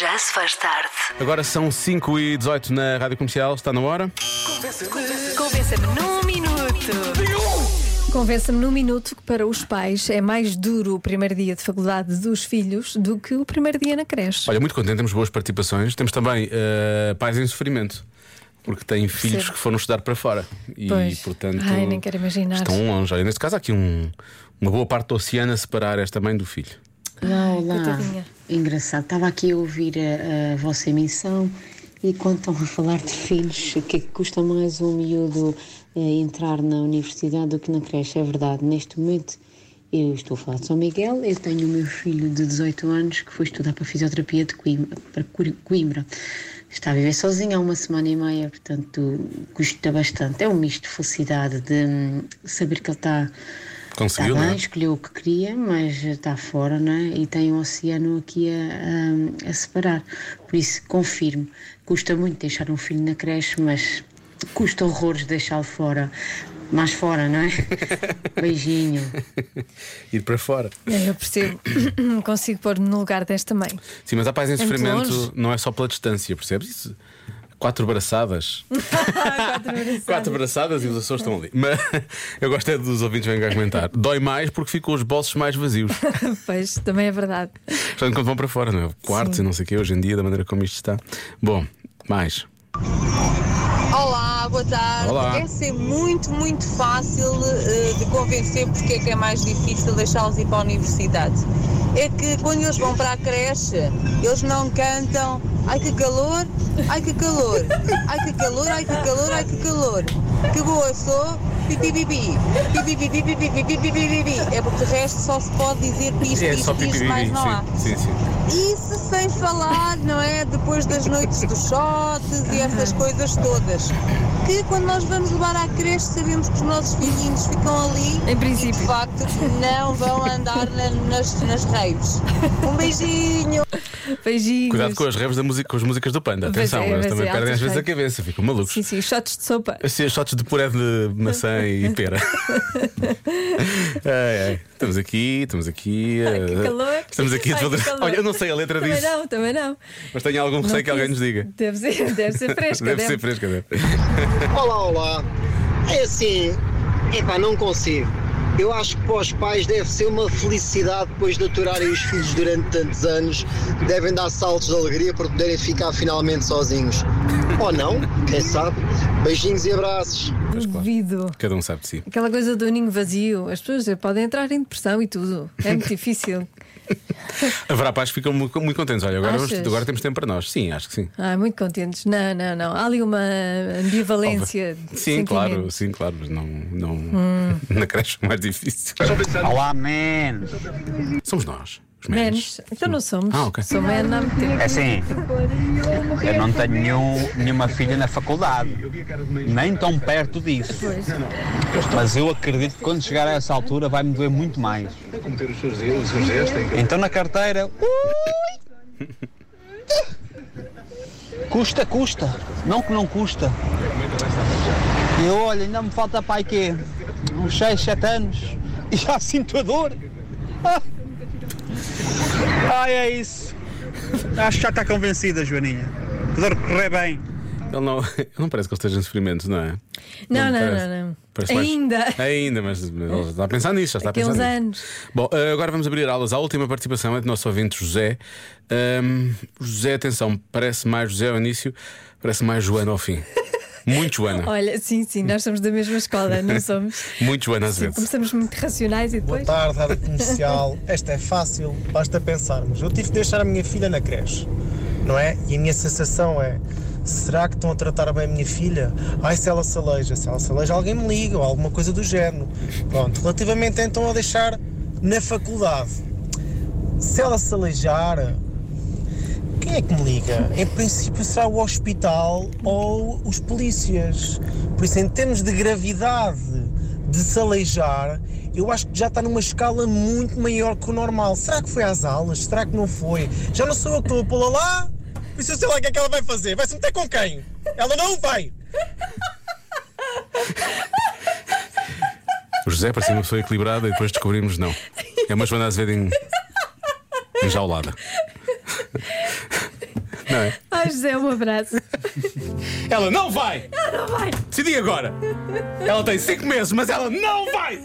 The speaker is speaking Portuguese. Já se faz tarde. Agora são 5 e 18 na Rádio Comercial, está na hora. Convença-me num minuto. Convença-me num minuto que para os pais é mais duro o primeiro dia de faculdade dos filhos do que o primeiro dia na creche. Olha, muito contente, temos boas participações. Temos também eh, pais em sofrimento, porque têm filhos que foram estudar para fora e, Pois. portanto, Ai, nem quero imaginar. estão longe. Olha, neste caso, há aqui um- uma boa parte do oceano a separar esta mãe do filho. Olá, olá. coitadinha. Engraçado. Estava aqui a ouvir a, a vossa emissão e quando estão a falar de filhos, o que é que custa mais um miúdo eh, entrar na universidade do que na creche? É verdade. Neste momento, eu estou a falar de São Miguel, eu tenho o meu filho de 18 anos que foi estudar para fisioterapia de Coimbra, para Cui- Coimbra. Está a viver sozinho há uma semana e meia, portanto, custa bastante. É um misto de felicidade, de hum, saber que ele está Está Conseguiu, bem, não é? escolheu o que queria, mas está fora, não é? E tem um oceano aqui a, a- a separar. Por isso, confirmo, custa muito deixar um filho na creche, mas custa horrores deixá-lo fora. Mais fora, não é? Beijinho. Ir para fora. É, Eu percebo, Não consigo pôr-me no lugar desta mãe. Sim, mas há pais em muito sofrimento, longe. não é só pela distância, percebes? Isso- Quatro braçadas. Quatro braçadas e os Açores estão ali. Mas eu gosto é dos ouvintes que vêm cá comentar. Dói mais porque ficam os bolsos mais vazios. Pois, também é verdade. Portanto, quando vão para fora, não é? Quartos e não sei o quê, hoje em dia, da maneira como isto está. Bom, mais. Olá, boa tarde. Olá. É ser muito, muito fácil eh, de convencer porque é que é mais difícil deixá-los ir para a universidade. É que quando eles vão para a creche, eles não cantam ai que calor, ai que calor, ai que calor, ai que calor, ai que calor. Que boa sou, pipi pipi, pipi pipi pipi pipi pipi pipi. É porque de resto só se pode dizer isto, É isto, isto, mais não há. Sim, sim, sim. Isso sem falar, não é? Depois das noites dos shots e essas coisas todas. Que quando nós vamos levar à creche sabemos que os nossos filhinhos ficam ali Em princípio. e de facto não vão andar na- nas, nas raves. Um beijinho! Beijinhos. Cuidado com as raves da música, com as músicas do Panda. Pois Atenção, é, eles pois também é, perdem às altas vezes a raves. cabeça, ficam malucos. Sim, sim, shots de sopa. Assim, shots de puré de maçã e pera. ai, ai. Estamos aqui, estamos aqui. Ai, que eh, calor. Estamos aqui. Ai, que calor. Olha, eu não sei a letra Também disso, não, também não. mas tenho algum Não receio que alguém quis. nos diga. Deve ser, deve ser fresca. né? deve ser fresca, deve. Olá, olá. É assim, epá, não consigo. Eu acho que para os pais deve ser uma felicidade depois de aturarem os filhos durante tantos anos. Devem dar saltos de alegria para poderem ficar finalmente sozinhos. Ou não, quem sabe? Beijinhos e abraços. Pois, claro. Duvido. Cada um sabe de si. Aquela coisa do ninho vazio, as pessoas podem entrar em depressão e tudo. É muito difícil. Haverá pais que ficam mu- muito, contentes. Olha, agora, vamos- Achas? agora temos tempo para nós. Sim, acho que sim. Ah, muito contentes. Não, não, não. Há ali uma ambivalência. de Sim, claro, sentimento. Hum. sim, claro, mas não, não na creche é mais difícil. Olá, man! Somos nós, os menos. Menos. Então não somos. Ah, ok. Sou menos há muito tempo. É assim, eu não tenho nenhum- nenhuma filha na faculdade, nem tão perto disso. Mas eu acredito que quando chegar a essa altura vai-me doer muito mais. Então na carteira. ui! Custa, custa. Não que não custa. E eu, olha, ainda me falta pai quê? Uns 6, 7 anos. E já sinto a dor. Ah, Ai, é isso. Acho que já está convencida, Joaninha. Poder correr bem. Ele não, ele não parece que ele esteja em sofrimento, não é? Não, não, parece. não, não. Parece mais- Ainda. É. Ainda, mas mas ele está a pensar nisso, já está a Daqui a pensar uns nisso. anos. Bom, eh, agora vamos abrir aulas. A última participação é do nosso ouvinte José. Ahm, José, atenção, parece mais José ao início, parece mais Joana ao fim. Muito Joana. Olha, sim, sim, nós somos da mesma escola, não somos? Muito Joana às Sim, vezes. começamos muito racionais e Boa depois. tarde, Rádio Comercial. Esta é fácil, basta pensarmos. Eu tive de deixar a minha filha na creche, não é? E a minha sensação é: será que estão a tratar bem a minha filha? Ai, se ela se aleija, se ela se aleija, alguém me liga ou alguma coisa do género. Pronto, relativamente então a deixar na faculdade. Se ela se aleijar, quem é que me liga? Em princípio será o hospital ou os polícias. Por isso, em termos de gravidade de se aleijar, eu acho que já está numa escala muito maior que o normal. Será que foi às aulas? Será que não foi? Já não sou eu que estou a pô-la lá? Por isso eu sei lá o que é que ela vai fazer. Vai se meter com quem? Ela não vai! O José parecia uma pessoa equilibrada e depois descobrimos não. É uma Joana Azevedo em... enjaulada. não é? Ai, José, um abraço. Ela não vai! Não vai. Decidi agora! Ela tem 5 meses, mas ela não vai!